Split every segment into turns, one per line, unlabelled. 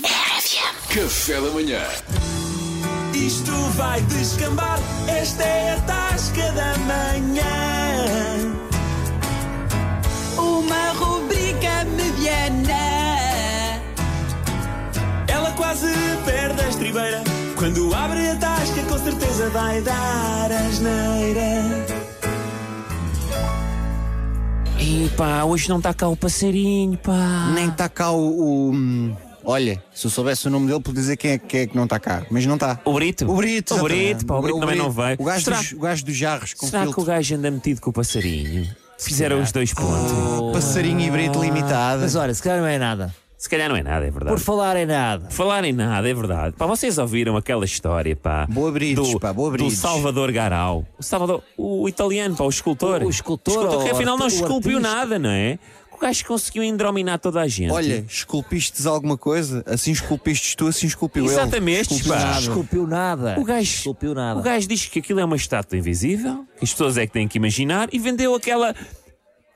FM.
Café da manhã.
Isto vai descambar, esta é a tasca da manhã.
Uma rubrica mediana.
Ela quase perde a estribeira. Quando abre a tasca, com certeza vai dar asneira.
E pá, hoje não está cá o passarinho, pá.
Nem está cá o, o, hum, Olha, se eu soubesse o nome dele, podia dizer quem é, quem é que não está cá. Mas não está.
O Brito?
O Brito.
O
exatamente.
Brito, pá, o Brito também não veio.
O gajo,
Será-
dos, o gajo dos jarros com
Será que o
filtro.
gajo anda metido com o passarinho? Fizeram os dois pontos.
Oh.
Oh.
Passarinho e
Ah.
Brito limitado.
Mas olha, se calhar não é nada.
Se calhar não é nada, é verdade.
Por falar em nada.
Falar em nada, é verdade. Pá, vocês ouviram aquela história, pá.
Boa Brides,
do,
pá, boa
do
Brides.
Salvador Garau. O Salvador, o italiano, pá, o escultor.
O- o escultor,
que
o
afinal não
arti- o
esculpiu
artista.
nada, não é? O gajo conseguiu endrominar toda a gente.
Olha, esculpistes alguma coisa? Assim esculpistes tu, assim esculpiu
Exatamente,
ele.
pá.
Exatamente.
Esculpiu nada.
O gajo,
Esculpiu nada.
o gajo diz que aquilo é uma estátua invisível, que as pessoas é que têm que imaginar, e vendeu aquela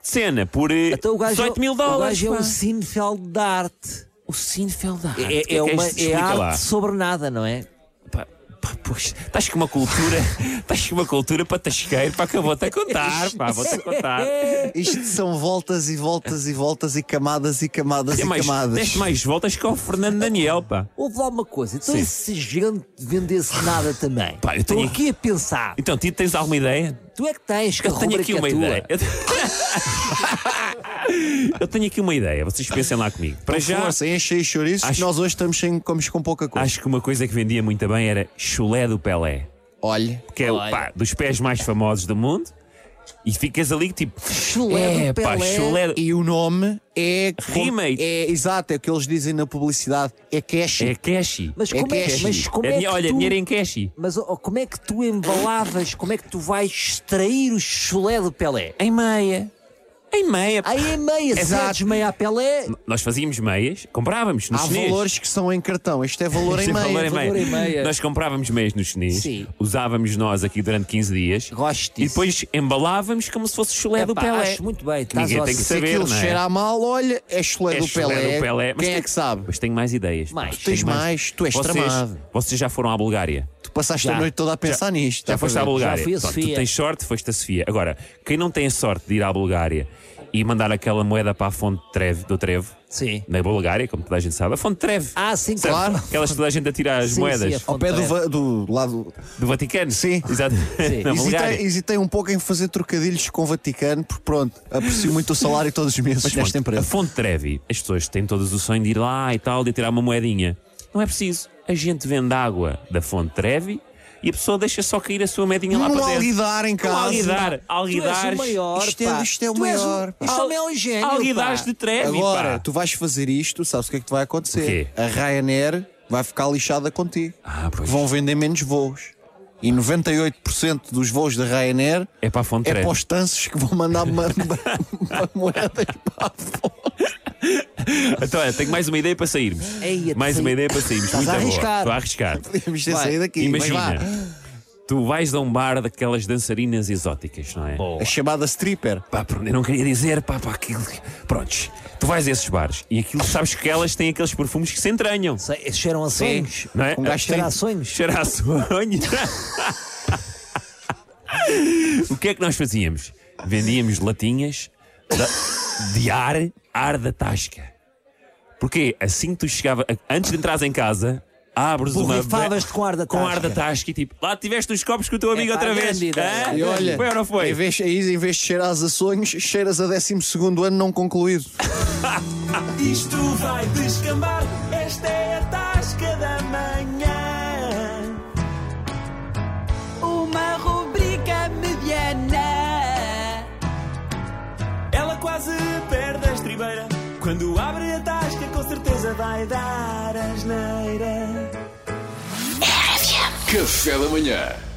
cena por eh,
Então, o gajo,
18 mil
O
dólares.
gajo é
pá.
um Sinfeld da arte.
O Sinfeld Art.
É, é, uma, é
Explica
arte
lá.
sobre nada, não é?
Pá, pá, pois, estás com uma cultura, estás com uma cultura para tasqueiro, pá, que eu vou-te a contar, pá, vou-te a contar.
Isto são voltas e voltas e voltas e camadas e camadas
Tem
e
mais,
camadas.
deste mais voltas que o Fernando Daniel, pá.
Houve lá uma coisa. Então,
Sim.
e se gente vendesse nada também?
Pá, eu
Estou
tenho-
aqui a pensar.
Então, Tito, tens alguma ideia?
Tu é que tens que a
Eu tenho
rubrica
aqui
é
uma
tua.
ideia. Eu tenho aqui uma ideia, vocês pensem lá comigo. Para já,
Força, enche aí chouriços,
Acho-
que nós hoje estamos sem, comes com pouca coisa.
acho que uma coisa que vendia muito bem era chulé do Pelé.
Olha,
que é o,
Olha.
pá, dos pés mais famosos do mundo, e ficas ali tipo,
Chulé
é,
do
pá,
Pelé.
chulé.
e o nome é...
Remake.
É, exato, é o que eles dizem na publicidade. É cash.
É cash.
Mas
É
como é,
cash.
mas como
É
é,
dinhe-
que
olha,
tu...
dinheiro em cash.
Mas ó, como é que tu embalavas, como é que tu vais extrair o chulé do Pelé?
Em meia. Em meia. pá.
Aí em meia, se
Exato.
metes meia a Pelé,
Nós fazíamos meias, comprávamos no
Há
chinês.
valores que são em cartão. Isto é valor em
Sim,
meia.
valor em meia.
valor em meia.
Nós comprávamos meias no chinês,
Sim.
usávamos nós aqui durante 15 dias
Gosto
e
disso.
depois embalávamos como se fosse o chulé do
Epá,
Pelé.
acho muito bem, estás
Ninguém
ao
tem É que
Se
assunto.
saber,
aquilo
não é?
cheira a mal, olha, é chulé,
É
do,
chulé
Pelé.
do Pelé. Mas
Quem é
tem-
que sabe?
Mas tenho mais ideias. pá.
Mais.
Tu tens
Tenho
mais, tu és
vocês,
tramado.
Vocês já foram à Bulgária?
Tu passaste
Já.
a noite toda a pensar nisto.
Já
está
foste à
a ver?
Bulgária.
Já fui a
Pronto, Tu
Sofia.
tens sorte, foste a Sofia. Agora, quem não tem sorte de ir à Bulgária e mandar aquela moeda para a fonte de treve, do Trevo,
Sim.
na Bulgária, como toda a gente sabe, a fonte de Treve.
Ah, sim,
Sabe?
claro.
Aquelas que toda a gente atira as
Sim,
moedas
sim, a fonte.
Ao pé do, va- do lado.
do Vaticano.
Sim.
Exato.
é
Na Bulgária.
Hesitei, hesitei um pouco em fazer trocadilhos com o Vaticano, porque pronto, aprecio muito o salário todos os meses
Mas
desta
pronto, a
empresa.
fonte Trevi, as pessoas têm todas o sonho de ir lá e tal, de tirar uma moedinha. Não é preciso. A gente vende água da fonte Trevi e a pessoa deixa só cair a sua moedinha lá
Não
para
há
dentro.
lidar em
Não há
casa.
alguidar. Alguidares.
Tu és o maior,
Isto é-
pá.
isto é o
Tu és
maior, pá.
Isto também é um gênio,
Alguidares
pá.
É de Trevi,
Agora,
pá.
tu vais fazer isto, sabes o que é que te
O
vai acontecer?
quê?
A Ryanair vai ficar lixada contigo.
Ah, pois.
porque vão vender menos voos. E 98% dos voos da Ryanair
É para a fonte
é
Trevi.
para os tances que vão mandar ma- ma- moedas para a fonte.
Então, olha, tenho mais uma ideia para sairmos.
Ei,
mais
sei-
uma ideia para sairmos.
Estás
Muito
a
boa.
arriscar.
Estou a arriscar.
Podíamos ter
Vai,
saído daqui. mas
Imagina,
vá.
tu vais a um bar daquelas dançarinas exóticas, não é?
A chamada stripper.
Pá, pronto, eu não queria dizer, pá, pá, aquilo. Prontos, tu vais a esses bares e aquilo sabes que elas têm aqueles perfumes que se entranham.
Sei- Cheiram a sonhos.
Não é?
Um gajo
Cheira a
tem-
sonhos.
Cheira a sonho. o que é que nós fazíamos? Vendíamos latinhas da- de ar, ar da tasca. Porque assim que tu chegava, antes de entrares em casa, abres uma.
Borrifavas-te com ar da
com ar
tasca.
da tasca e tipo, lá tiveste os copos com o teu amigo
Epá,
outra vez.
grande ideia.
Hã?
E olha,
foi ou não foi?
Em vez, aí, em vez de cheiras a sonhos, cheiras a 12 ano não concluído.
Isto vai descambar, esta é a tasca da manhã.
Uma rubrica mediana.
Ela quase perde a estribeira. Quando abre a tasca, com certeza vai dar asneira.
RFM.
Café da manhã.